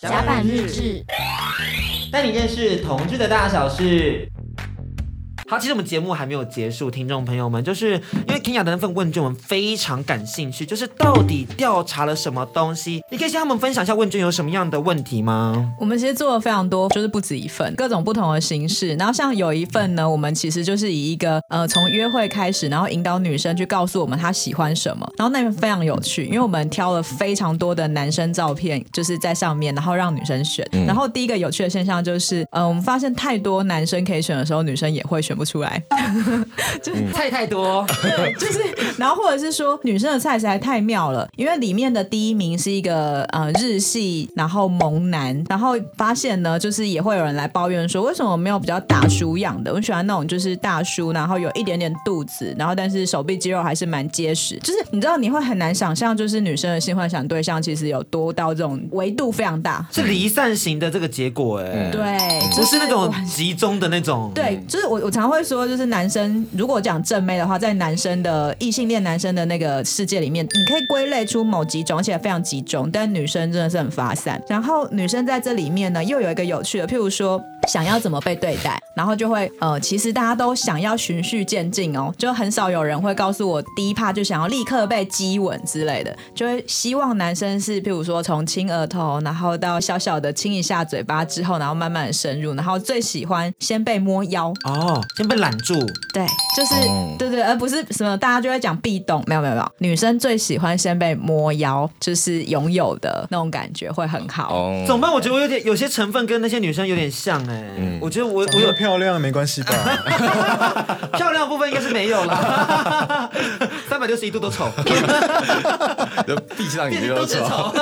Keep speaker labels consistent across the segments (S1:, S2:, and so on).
S1: 甲板日志，
S2: 带你认识同志的大小事。好，其实我们节目还没有结束，听众朋友们，就是因为 Kenya 的那份问卷，我们非常感兴趣，就是到底调查了什么东西？你可以向他们分享一下问卷有什么样的问题吗？
S3: 我们其实做了非常多，就是不止一份，各种不同的形式。然后像有一份呢，我们其实就是以一个呃从约会开始，然后引导女生去告诉我们她喜欢什么。然后那份非常有趣，因为我们挑了非常多的男生照片，就是在上面，然后让女生选。然后第一个有趣的现象就是，呃，我们发现太多男生可以选的时候，女生也会选不出来。
S2: 菜太多，
S3: 就是，然后或者是说女生的菜实在太妙了，因为里面的第一名是一个呃日系，然后萌男，然后发现呢，就是也会有人来抱怨说，为什么我没有比较大叔样的？我喜欢那种就是大叔，然后有一点点肚子，然后但是手臂肌肉还是蛮结实。就是你知道，你会很难想象，就是女生的性幻想对象其实有多到这种维度非常大。
S2: 是离散型的这个结果、哎、
S3: 对，
S2: 不是那种
S3: 我
S2: 集中的那种。
S3: 对，就是我我常会说，就是男生如果讲正妹的话，在男生的异性恋男生的那个世界里面，你可以归类出某几种，而且非常集中，但女生真的是很发散。然后女生在这里面呢，又有一个有趣的，譬如说想要怎么被对待，然后就会呃，其实大家都想要循序渐进哦，就很少有人会告诉我第一趴就想要立刻被激吻之类的，就会希望男生是譬如说从亲额头，然后到小小的亲一下嘴巴之后，然后慢慢的深入，然后最喜欢先被摸腰，
S2: 哦，先被揽住，
S3: 对，就是、
S1: 哦
S3: 对对，而不是什么大家就会讲壁咚，没有没有没有，女生最喜欢先被摸腰，就是拥有的那种感觉会很好。
S1: 哦
S2: 怎么办？我觉得我有点有些成分跟那些女生有点像哎、我觉得我我
S4: 我
S2: 有
S4: 有漂亮没关系吧？
S2: 漂亮的部分应该是没有啦，三百六十一度都丑，
S1: 就闭上
S2: 变成
S1: 眼睛都
S2: 都是
S1: 丑。
S2: 丑。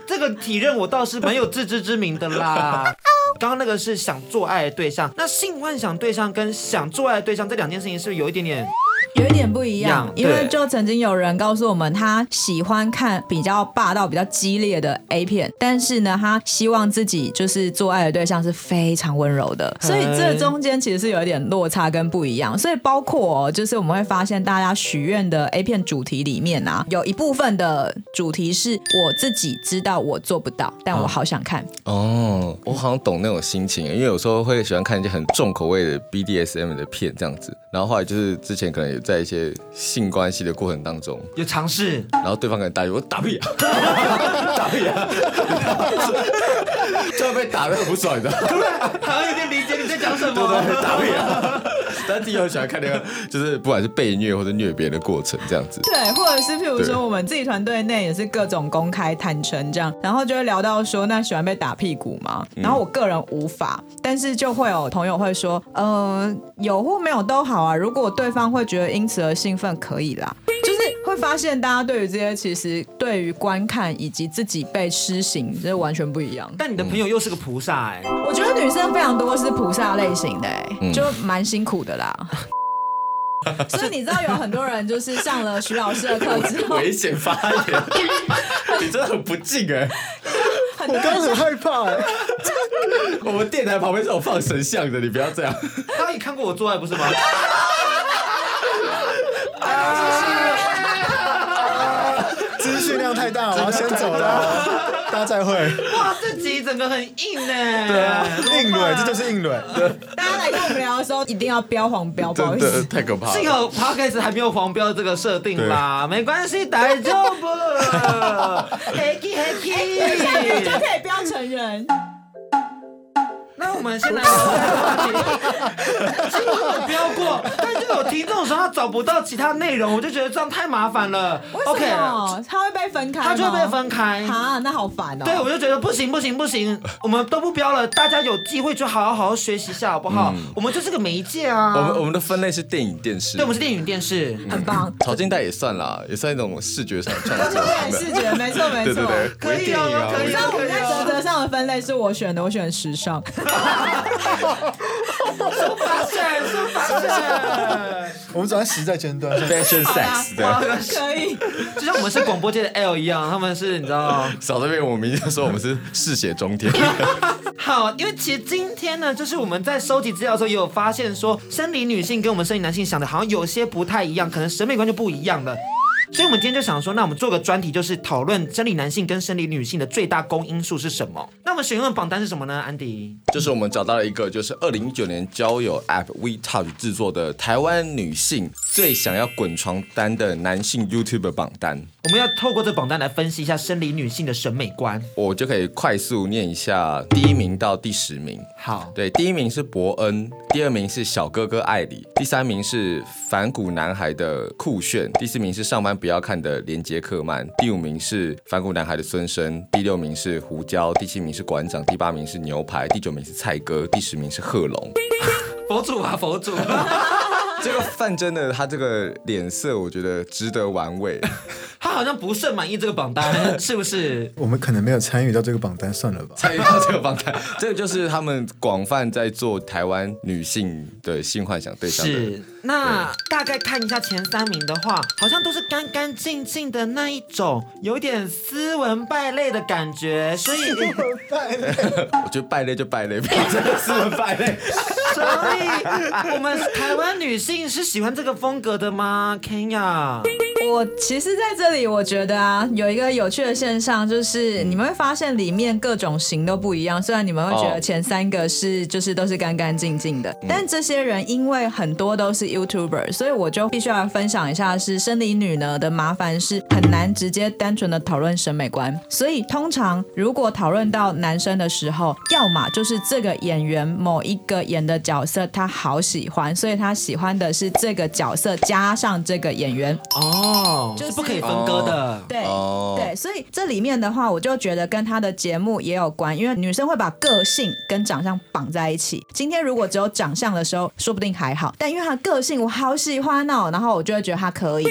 S2: 这个体认我倒是蛮有自知之明的啦。刚刚那个是想做爱的对象，那性幻想对象跟想做爱的对象这两件事情是不是有一点点？
S3: 有一点不一样
S2: 样，
S3: 因为
S2: 对
S3: 就曾经有人告诉我们，他喜欢看比较霸道、比较激烈的 A 片，但是呢，他希望自己就是做爱的对象是非常温柔的，所以这中间其实是有一点落差跟不一样。所以包括、哦、就是我们会发现，大家许愿的 A 片主题里面啊，有一部分的主题是我自己知道我做不到，但
S2: 嗯
S3: 我好想看。
S1: 哦，我好像懂那种心情，因为有时候会喜欢看一些很重口味的 BDSM 的片这样子，然后后来就是之前可能也在一些性关系的过程当中，
S2: 有尝试，
S1: 然后对方可能打我打屁啊， 打屁啊， 就会被打的很不爽，你知道吗？
S2: 好像有点理解你在讲什
S1: 对
S2: 么。
S1: 打屁啊！ 但自己很喜欢看那个，就是不管是被虐或者虐别人的过程这样子。
S3: 对，或者是譬如
S1: 对
S3: 说我们自己团队内也是各种公开坦诚这样，然后就会聊到说，那喜欢被打屁股吗？
S1: 嗯
S3: 然后我个人无法，但是就会有朋友会说，呃，有或没有都好啊，如果对方会觉得因此而兴奋，可以啦。就是会发现大家对于这些其实对于观看以及自己被施行，这完全不一样。
S2: 但你的朋友又是个菩萨哎、
S3: 我觉得女生非常多是菩萨类型的、欸，
S1: 嗯
S3: 就蛮辛苦的 啦。所以你知道有很多人就是上了徐老师的课之后，
S1: 危险发言， 你真的很不敬哎、
S3: 很
S4: 我
S3: 多
S4: 刚刚
S3: 人
S4: 很害怕哎、
S1: 我们电台旁边是有放神像的，你不要这样。
S2: 他也看过我做爱不是吗？
S4: 资讯量太大，我要先走了，大家再会。
S2: 哇，这集整个很硬哎、
S4: 对啊，硬蕊，这就是硬蕊。
S3: 大家来跟我们聊的时候，一定要标黄标，不好
S1: 真
S3: 意
S1: 的
S3: 思。
S1: 太可怕了。
S2: 幸好 podcast 还没有黄标这个设定啦，没关系，大丈夫。Happy
S3: 下面就
S2: Happy。
S3: 可以标成人，
S2: 那我们先来聊下一个话题。其实我有标过，但就有听众说他找不到其他内容，我就觉得这样太麻烦了。
S3: 为
S2: OK，
S3: 什么他会被分开吗？
S2: 他就会被分开。
S3: 啊，那好烦哦。
S2: 对，我就觉得不行不行不行，我们都不标了，大家有机会就好好好好学习一下，好不好？我们就是个媒介啊。
S1: 嗯我们我们的分类是电影电视，
S2: 对，我们是电影电视。
S3: 很棒，
S1: 草金带也算啦，也算一种视觉上的创
S3: 这
S1: 作
S3: 是也。视觉，没错没
S1: 对
S3: 错。
S1: 对对，
S2: 可以
S1: 微电影啊，
S2: 哦可
S3: 你
S2: 以
S3: 知
S2: 哦
S3: 道我们在哲哲上的分类是我选的，我选 时尚。
S2: 说发现，说发现。
S4: 我们走在时代尖端，
S1: fashion sex
S2: 哇
S1: 的。
S3: 可以，
S2: 就像我们是广播界的 L 一样，他们是你知道。
S1: 少这边，我明就说我们是嗜血中天，
S2: 好，因为其实今天呢，就是我们在收集资料的时候，也有发现说，生理女性跟我们生理男性想的好像有些不太一样，可能审美观就不一样了。所以我们今天就想说，那我们做个专题，就是讨论生理男性跟生理女性的最大公因数是什么。那我们选用的榜单是什么呢？安迪，
S1: 就是我们找到了一个，就是二零一九年交友 App We Touch 制作的台湾女性最想要滚床单的男性 YouTube 榜单，
S2: 我们要透过这榜单来分析一下生理女性的审美观。
S1: 我就可以快速念一下第一名到第十名。
S2: 好，
S1: 对，第一名是伯恩，第二名是小哥哥艾里，第三名是反骨男孩的酷炫，第四名是上班不要看的连杰克曼，第五名是反骨男孩的孙生，第六名是胡椒，第七名是馆长，第八名是牛排，第九名是蔡哥，第十名是贺龙。
S2: 佛祖啊，佛祖。
S1: 这个范真的他这个脸色，我觉得值得玩 味。
S2: 他好像不甚满意这个榜 单，是不是？
S4: 我们可能没有参与到这个榜单，算了吧。
S1: 参与到这个榜单， 这个就是他们广泛在做台湾女性的性幻想对象的
S2: 是。那大概看一下前三名的话，好像都是干干净净的那一种，有一点斯文败类的感觉，所以
S1: 我觉得败类就败类，不要真的是败类。
S2: 所以我们台湾女性是喜欢这个风格的吗？Kenya，
S3: 我其实在这里，我觉得啊，有一个有趣的现象，就是你们会发现里面各种型都不一样。虽然你们会觉
S1: 哦
S3: 得前三个是就是都是干干净净的，但这些人因为很多都是 YouTuber，所以我就必须要分享一下，是生理女呢的麻烦是很难直接单纯的讨论审美观。所以通常如果讨论到男生的时候，要么就是这个演员某一个演的角色他好喜欢，所以他喜欢的是这个角色加上这个演员，
S2: 哦，
S3: 就是
S2: 是不可以分割的。
S3: 对、
S1: 哦
S3: 对，所以这里面的话，我就觉得跟她的节目也有关，因为女生会把个性跟长相绑在一起。今天如果只有长相的时候，说不定还好，但因为她的个性，我好喜欢哦，然后我就会觉得她 可以。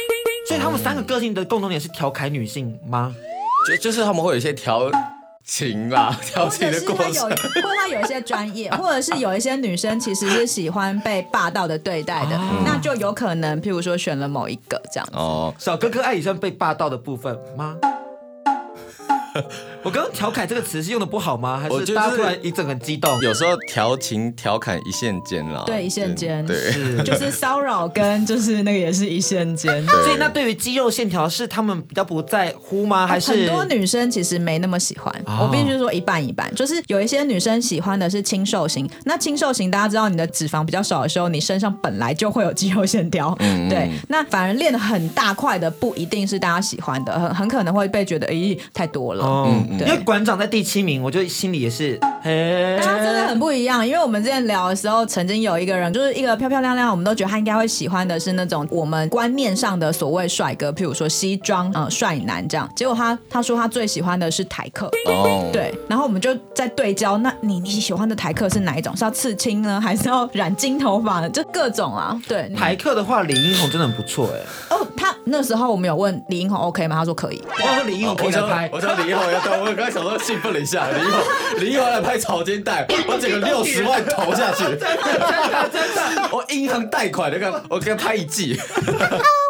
S2: 所以他们三个个性的共同点是调侃女性吗？
S1: 就就是他们会有一些调情
S2: 哦
S1: 啦，调
S3: 或
S1: 情
S3: 者
S1: 哦的
S3: 是
S1: 过
S3: 她有，
S1: 程
S3: 或。者她有一些专业， 或者是有一些女生其实是喜欢被霸道的对待的，
S1: 啊
S3: 那就有可能，譬如说选了某一个这样子。
S1: 哦，
S2: 小哥哥爱以上被霸道的部分 吗？我刚刚调侃这个词是用的不好吗？还
S1: 我觉
S2: 是
S1: 得
S2: 大家
S1: 就是
S2: 突然一整个激动？
S1: 有时候调情调侃一线间啦，
S3: 对一线间
S1: 对，对
S2: 是
S3: 就是骚扰跟就是那个也是一线间，
S2: 所以那对于肌肉线条是他们比较不在乎吗？还是
S3: 啊很多女生其实没那么喜欢，
S2: 哦
S3: 我必须说一半一半，就是有一些女生喜欢的是清瘦型，那清瘦型大家知道你的脂肪比较少的时候，你身上本来就会有肌肉线条，
S2: 嗯
S3: 对，那反而练得很大块的不一定是大家喜欢的，很很可能会被觉得咦太多了。
S2: 哦，因
S1: 嗯
S3: 对
S2: 为馆长在第七名，我就心里也是，哎，
S3: 大家真的很不一样，因为我们之前聊的时候，曾经有一个人就是一个漂漂亮亮，我们都觉得他应该会喜欢的是那种我们观念上的所谓帅哥，譬如说西装嗯帅男这样，结果他他说他最喜欢的是台客。
S1: 哦，
S3: 对，然后我们就在对焦，那你你喜欢的台客是哪一种？是要刺青呢，还是要染金头发呢？就各种啊，对。
S2: 排课的话，李英红真的很不错哎，
S3: 哦，他那时候我们有问李英红 OK 吗？他说可以。
S2: 哇，李英红可以
S1: 我
S2: 来
S1: 想
S2: 拍，
S1: 我想李一宏要到，我刚才想说兴奋了一下，李一宏，李一宏来拍草间 带，我整个六十万投下去， 我银行贷款那个，我给他拍一季，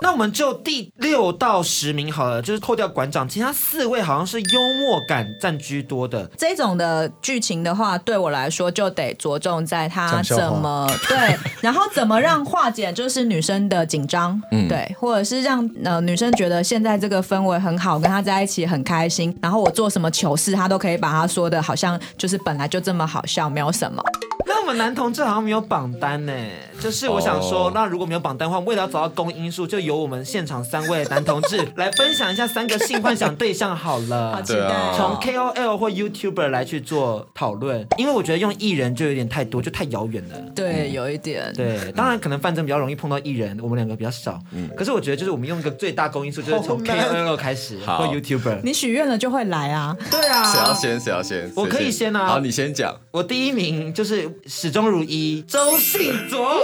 S2: 那我们就第六到十名好了，就是扣掉馆长，其他四位好像是幽默感占居多的。
S3: 这种的剧情的话，对我来说就得着重在他
S4: 讲笑
S3: 怎
S4: 话
S3: 么对，然后怎么让化解就是女生的紧张，
S4: 嗯
S3: 对，或者是让呃女生觉得现在这个氛围很好，跟他在一起很开心，然后我做什么糗事，他都可以把他说的好像就是本来就这么好笑，没有什么。
S2: 那我们男同志好像没有榜单呢，就是我想说
S1: 哦
S2: 那如果没有榜单的话，为了要找到公因数，就由我们现场三位男同志来分享一下三个性幻想对象好了。
S1: 期待
S4: 啊
S1: 哦
S2: 从 KOL 或 YouTuber 来去做讨论，因为我觉得用艺人就有点太多，就太遥远了。
S3: 对，有一点。
S2: 对，当然可能范正比较容易碰到艺人，我们两个比较少。可是我觉得就是我们用一个最大公因数，就是从
S4: 好
S2: KOL 开始，
S1: 好
S2: 或 YouTuber。
S3: 你许愿了就会来啊！
S2: 对啊，
S1: 谁要先谁要先，
S2: 我
S1: 谁
S2: 可以先啊
S1: 好，你先讲，
S2: 我第一名就是始终如一，周信卓。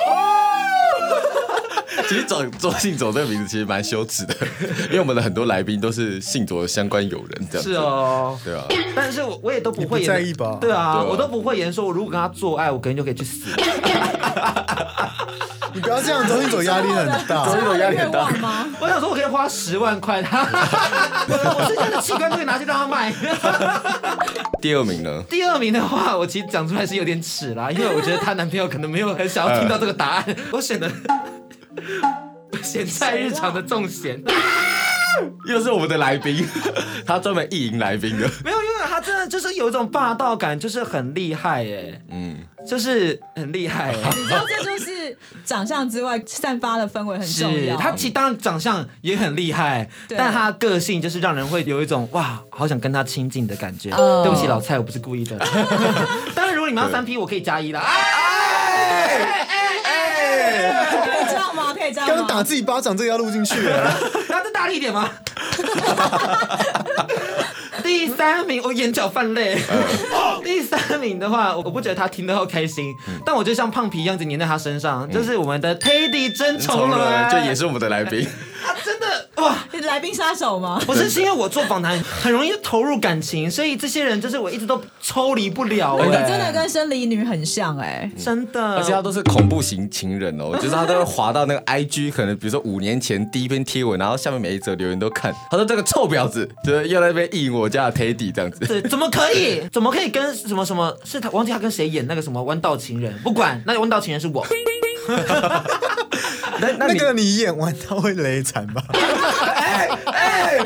S1: 其实找周信卓这个名字其实蛮羞耻的，因为我们的很多来宾都是信卓相关友人这样子，
S2: 是，哦，
S1: 对啊，
S2: 但是我我也都不会
S4: 你
S2: 演，
S4: 不在意吧
S2: 对啊，
S1: 对啊
S2: 我都不会演，说我如果跟他做爱，我可能就可以去死。
S4: 你不要这样，周星走压力很
S1: 周
S4: 大
S1: 星。有压力很大
S3: 愿望吗？
S2: 我想说，我可以花十万块，他 我我身上的器官都可以拿去让他 卖。
S1: 第二名呢？
S2: 第二名的话，我其实讲出来是有点耻啦，因为我觉得她男朋友可能没有很想要听到这个 答案，我选的咸菜日常的重咸。
S1: 又是我们的来 宾，他专门意淫来宾的。
S2: 没有，因为他真的就是有一种霸道感，就是很厉害耶，
S1: 嗯，
S2: 就是很厉害耶。
S3: 你知道这就是长相之外散发的氛围很重
S2: 是
S3: 要。
S2: 他其实当然长相也很厉害，
S3: 对
S2: 但他个性就是让人会有一种哇，好想跟他亲近的感觉。
S3: 哦
S2: 对不起，老蔡，我不是故意 的。当然，如果你们要三 P，我可以加一啦。啊
S3: 可以这样吗？可以这样吗？
S4: 刚刚打自己巴掌，这个要录进去了。
S2: 那再大力一点吗？ 第三名，我眼角泛泪。
S1: 嗯
S2: 第三名的话，我我不觉得他听得到开心，但我就像胖皮一样子粘在他身
S1: 嗯
S2: 上，就是我们的 Teddy 真
S1: 从嗯
S2: 虫
S1: 了
S2: 了，
S1: 就也是我们的来宾，
S2: 他真的哇。
S3: 你 来宾杀手吗？
S2: 不是，是因为我做访谈很容易就投入感情，所以这些人就是我一直都抽离不了、
S1: 而
S3: 你
S1: 且
S2: 哎，
S3: 真的跟生理女很像哎、
S2: 真的，
S1: 而且他都是恐怖型情人哦，就是他都会滑到那 个 IG，可能比如说五年前第一篇贴文，然后下面每一则留言都看，他说这个臭婊子，就是又在那边意淫我家的 Teddy 这样子。
S2: 对，怎么可以？怎么可以跟什么什么？是他忘记他跟谁演那个什么弯道情人？不管，那个弯道情人是 我。
S1: 哎那那
S4: 那
S1: 你
S4: 个你演完他会累惨吧？
S2: 哎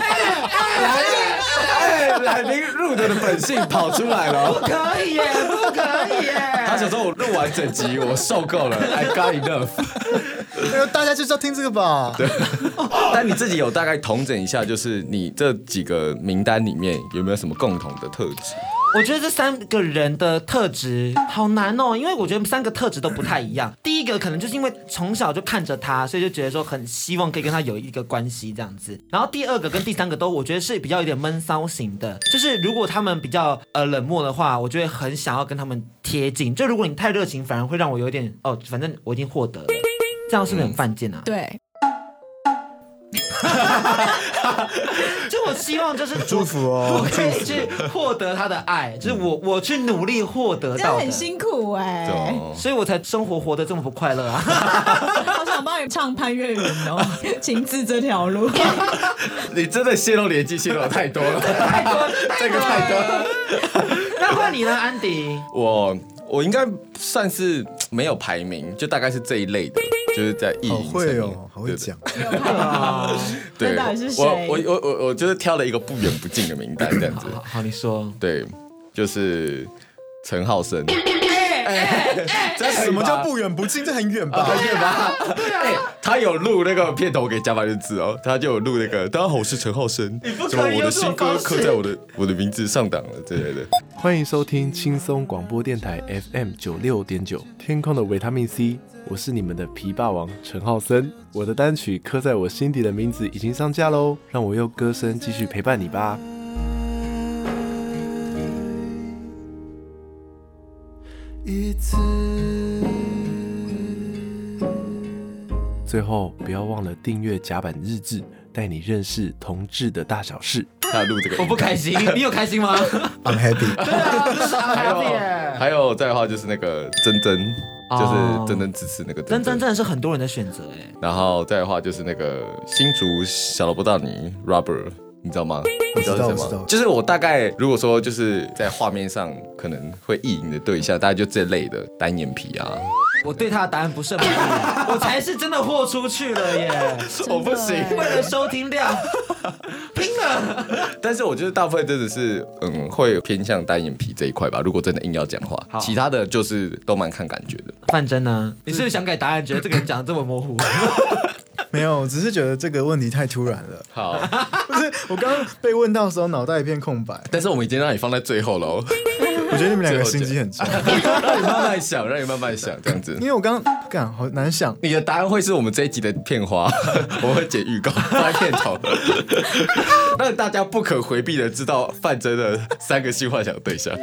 S1: 哎，来宾入德的本性跑出来了
S2: 不
S1: 哦。
S2: 可以耶，不可以
S1: 他想
S2: 耶！
S1: 说，我录完整集，我受够了，I got enough。
S4: 哎呦大家就是要听这个吧？对，
S1: 但你自己有大概统整一下，就是你这几个名单里面有没有什么共同的特质？
S2: 我觉得这三个人的特质好难哦，因为我觉得三个特质都不太一样。第一个可能就是因为从小就看着他，所以就觉得说很希望可以跟他有一个关系这样子。然后第二个跟第三个都我觉得是比较有点闷骚型的，就是如果他们比较呃冷漠的话，我就会很想要跟他们贴近。就如果你太热情，反而会让我有点哦，反正我已经获得了， 这样是不是很犯贱啊？
S3: 对，
S2: 就我希望就是
S4: 祝福
S2: 我
S4: 哦。
S2: 可以去获得他的爱，就是我我去努力获得
S3: 这
S2: 到
S3: 样
S2: 的
S3: 很，辛苦哎、
S1: 哦，
S2: 所以我才生活活得这么不快乐啊！
S3: 好想帮你唱潘越云哦，情字这条路。
S1: 你真的泄露年纪泄露太多了，太多， 这个太多了。
S2: 那换你呢，安迪？
S1: 我我应该算是没有排名，就大概是这一类的，就是在意淫
S4: 好
S1: 上
S4: 会
S1: 面
S4: 哦，好会。讲。
S2: 啊
S1: 对对对，
S3: 那到底是谁
S1: 我我我我我就是挑了一个不远不近的名单这样子
S2: 好，好，你说。
S1: 对，就是陈浩生。
S2: 哎
S1: 这
S4: 什么叫不远不近？这很远吧？
S2: 哎
S1: 远吧？对，
S2: 啊
S1: 他有录那个片头给加班日志哦，他就有录那个。大家好，我是陈浩生
S2: 不，可以
S1: 什么我
S2: 用这
S1: 的
S2: 种
S1: 新歌
S2: 方式
S1: 刻在我的我的名字上档了之类的。
S5: 欢迎收听轻松广播电台 FM 九六点九，天空的维他命 C，我是你们的皮霸王陈浩森。我的单曲《刻在我心底的名字》已经上架喽，让我用歌声继续陪伴你吧。
S6: 一次，
S5: 最后，不要忘了订阅甲板日志，带你认识同志的大小事。
S1: 他有录这个，
S2: 哎我不开心，你有开心吗？
S4: I'm happy。
S2: 啊
S1: 还有还有再的话就是那个珍珍，
S2: 哦
S1: 就是真真只吃那个
S2: 真真
S1: 珍珍。
S2: 真的是很多人的选择哎，
S1: 然后再的话就是那个新竹小萝卜大泥 Rubber。你知道吗？你知道
S4: 我嗯知道
S1: 是谁
S4: 我知
S1: 吗
S4: 道？
S1: 就是我大概如果说就是在画面上可能会意淫的对象，大概就这类的单眼皮啊。
S2: 我对他的答案不是很满 意，我才是真的豁出去了耶！
S1: 我不行，
S2: 为
S4: 欸
S2: 了收听量，拼了！
S1: 但是我觉得大部分真的是，嗯，会偏向单眼皮这一块吧。如果真的硬要讲话
S2: 好，
S1: 其他的就是都蛮看感觉的。
S2: 范真呢？你是不是想改答案？觉得这个人讲的这么 模糊？
S4: 没有，我只是觉得这个问题太突然了。
S1: 好，
S4: 不是，我刚刚被问到的时候，脑袋一片空白。
S1: 但是我们已经让你放在最后了 哦，
S4: 我觉得你们两个心机很 重，
S1: 让你慢慢想，让你慢慢想，这样子
S4: 因。为我刚刚干好难想。
S1: 你的答案会是我们这一集的片花， 我会剪预告发片头， 让大家不可回避的知道范真的三个性幻想对象。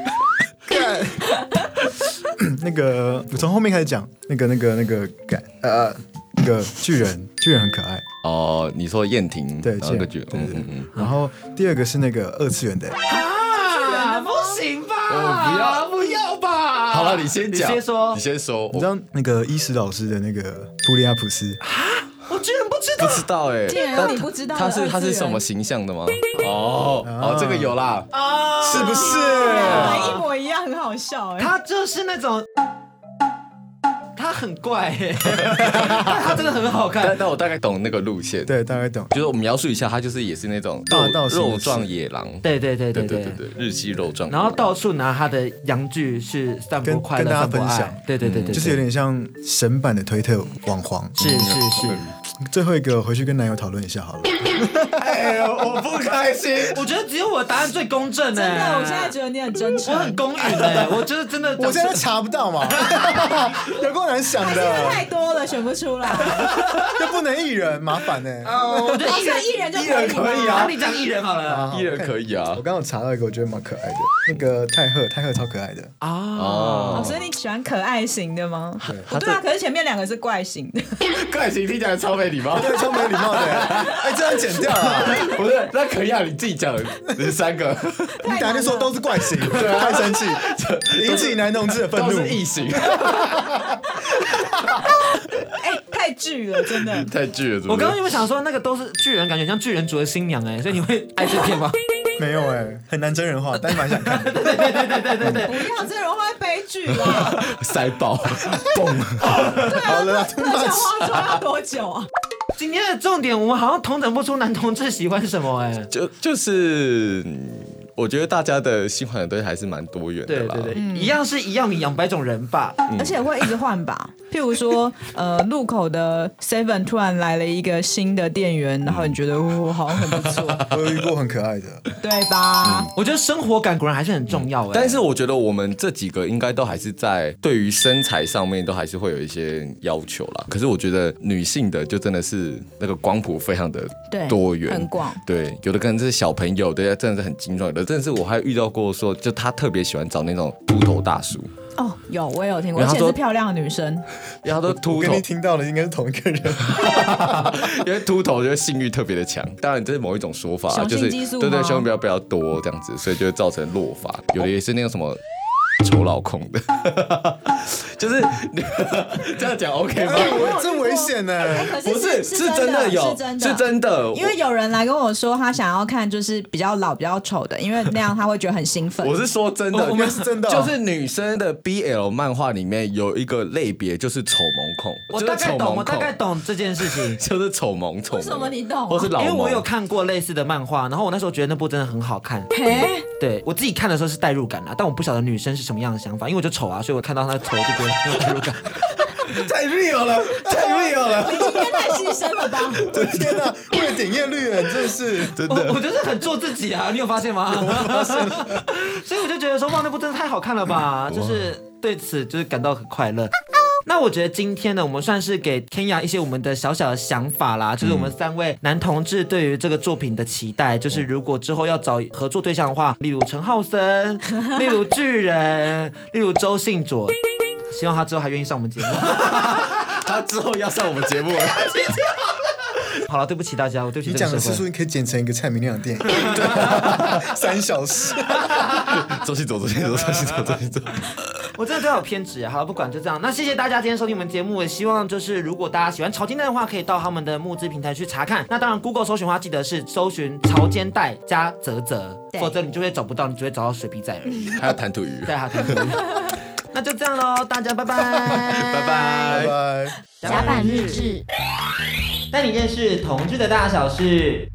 S4: 那个，我从后面开始讲。那个、那个、那个，干呃，那个巨人，巨人很可爱。
S1: 哦，你说燕婷，
S4: 对，
S1: 然后
S4: 啊巨
S1: 那
S4: 人
S1: 句，
S4: 对
S1: 嗯
S4: 对
S1: 嗯
S4: 对
S1: 嗯，。
S4: 然后第二个是那个二次元的，
S2: 啊，不行吧？
S1: 我
S2: 不要吧！
S1: 好了，你先讲，
S2: 你先说
S1: 你先说，
S4: 你
S1: 我
S4: 知道那个伊什老师的那个布利亚普斯，
S2: 我居然不知
S1: 不
S2: 道
S1: 知道哎、
S3: 竟然
S1: 但
S3: 你不知道
S1: 他
S3: 二
S1: 是
S3: 次
S1: 他是
S3: 元
S1: 什么形象的吗？哦哦
S4: 啊，
S1: 这个有啦，
S2: 啊！
S3: 哦
S1: 是不是？
S3: 对一模一样，很好笑哎、
S2: 他就是那种，他很怪 哎、但他真的很好看
S1: 但。但我大概懂那个路线，，
S4: 对，大概懂。
S1: 就是我描述一下，它就是也是那种
S4: 霸道
S1: 肉
S4: 型的
S1: 肉壮野狼，
S2: 对对对
S1: 对
S2: 对
S1: 对对对，日系肉壮野狼，
S2: 然后到处拿他的洋剧是散播
S4: 跟
S2: 快乐、
S4: 跟大家
S2: 散播
S4: 分
S2: 爱
S4: 享，
S2: 对对对对，
S4: 就是有点像神版的推特网黄。嗯
S2: 对是是是。
S4: 最后一个，我回去跟男友讨论一下好了。
S1: 哎呦，我不开心。
S2: 我觉得只有我的答案最公正呢、
S3: 真啊的，我现在觉得你很真诚
S2: 我。啊很公允哎、我觉得真的，
S4: 我现在查不到嘛，有够难想
S3: 还是因为太
S4: 的，
S3: 多了，选不出来。
S4: 又不能一人，麻烦欸呢、
S2: 哦，我觉得
S3: 好
S2: 艺
S3: 像
S2: 人
S3: 一人就
S4: 一人可以啊
S2: 那你讲艺人好了
S1: 一人可以啊
S4: 我，刚刚有查到一个，我觉得蛮可爱的，那个泰赫，泰赫超可爱的，
S2: 啊。
S3: 哦，
S1: 哦，
S3: 所以你喜欢可爱型的吗？不
S1: 他
S3: 对啊，可是前面两个是怪型的。
S1: 怪形听起来超没礼貌。
S4: 对，超没礼貌的、 哎、这样剪掉 啊！
S1: 不是，那可以啊，你自己讲十三个，
S4: 你等下就说都是怪形，太生气，引起男同志的愤
S1: 都
S4: 怒
S1: 是。异形，
S3: 哎、太巨了，真 的。
S1: 太巨了，是不是
S2: 我刚刚有没有想说那个都是巨人，感觉像巨人族的新娘哎、所以你会爱这片吗？
S4: 没有哎、很难真人化，但是蛮想看 的。
S3: 不要这种话悲剧啦！
S1: 塞 爆，嘣，
S4: 好了啦，too
S3: 啊这小
S4: much，
S3: 花抓要多久啊？
S2: 今天的重点，我们好像同整不出男同志喜欢什么哎、
S1: 就就是。嗯我觉得大家的新欢的东西还是蛮多元的
S2: 对
S1: 啦。
S2: 对对，一样是一样米养百种人吧。
S1: 嗯
S3: 而且会一直换吧。 譬如说，呃，路口的 Seven 突然来了一个新的店员，然后你觉得哦，好像很不
S1: 嗯
S3: 错，
S4: 我有遇过很可爱的，
S3: 对吧？
S2: 我觉得生活感果然还是很重要哎、
S1: 但是我觉得我们这几个应该都还是在对于身材上面都还是会有一些要求啦。可是我觉得女性的就真的是那个光谱非常的
S3: 对
S1: 多元，
S3: 很广
S1: 对，有的可能是小朋友，对，真的是很精壮；有的真的是我还遇到过说，就他特别喜欢找那种秃头大叔，
S3: 哦，有我也有听过，
S1: 嗯然
S3: 而
S1: 后他
S3: 且
S1: 说
S3: 是漂亮的女 生，
S1: 因为他都
S4: 我
S1: 秃
S4: 跟
S1: 头
S4: 你，听到的应该是同一个人。
S1: 因为秃头就是性欲特别的强。当然这是某一种说法啦，啊
S3: 雄性
S1: 就是
S3: 激素
S1: 对对，
S3: 吗
S1: 胸比较比较多这样子，所以就会造成落发。有的也是那个什么。丑老控的， 就是 这样讲 OK 吗？
S4: 我哎这危险欸呢、
S3: 哎 可哎是
S1: 不是，
S3: 是
S1: 真的有，
S3: 是真的，
S1: 是真的。
S3: 因为有人来跟我说，他想要看就是比较老、比较丑的，因为那样他会觉得很兴奋
S1: 我。我是说真的，
S4: 我我们是真的
S1: 就
S4: 哦
S1: 是女生的 BL 漫画里面有一个类别，就是丑萌控，
S2: 我
S1: 就
S2: 大
S1: 是
S2: 概
S1: 丑
S2: 懂，
S1: 萌
S2: 我大概
S1: 控，
S2: 懂这件事情。
S1: 就是丑萌丑
S3: 为
S1: 萌。
S3: 什么你懂啊
S1: 或是老
S2: 因
S1: 萌，
S2: 为我有看过类似的漫画，然后我那时候觉得那部真的很好看。
S3: 嘿，
S2: 对我自己看的时候是代入感啦，但我不晓得女生是什么样的想法，因为我就丑啊，所以我看到她丑就觉得很有代入感。
S1: 太 real 了，太 real 了，
S3: 你今天太牺牲了吧？
S4: 我的天哪、为了点阅率，欸真的是。
S1: 真
S2: 我我
S1: 的。
S2: 就是很做自己 啊，你有发现吗？所以我就觉得说，哇，那部真的太好看了吧，就是对此就是感到很快乐。那我觉得今天呢，我们算是给天涯一些我们的小小的想法
S4: 嗯
S2: 啦，就是我们三位男同志对于这个作品的期
S4: 嗯
S2: 待，就是如果之后要找合作对象的话，例如陈浩 森，例如巨人，例如周信卓，希望他之后还愿意上我们节目。
S1: 他之后要上我们节 目了，
S2: 好了，对不起大家，我对不
S4: 你
S2: 起这
S4: 讲
S2: 个
S4: 的
S2: 社
S4: 次数，
S2: 会。
S4: 你可以剪成一个蔡明亮的电影， 三小时。
S1: 周信 走，周信走，周信走，周信走。
S2: 我真的对他有偏执啊。好了，不管就这样。那谢谢大家今天收听我们节目，也希望就是如果大家喜欢潮间带的话，可以到他们的募资平台去查看。那当然，Google 搜寻的话，记得是搜寻潮间带加泽泽，
S3: 对
S2: 否则你就会找不到，你只会找到水皮仔而已。
S1: 还有弹吐鱼，
S2: 对啊，可 能那就这样喽，大家拜拜， 拜
S1: 拜
S4: 拜拜。
S7: 甲板日志。
S2: 带你认识同志的大小事。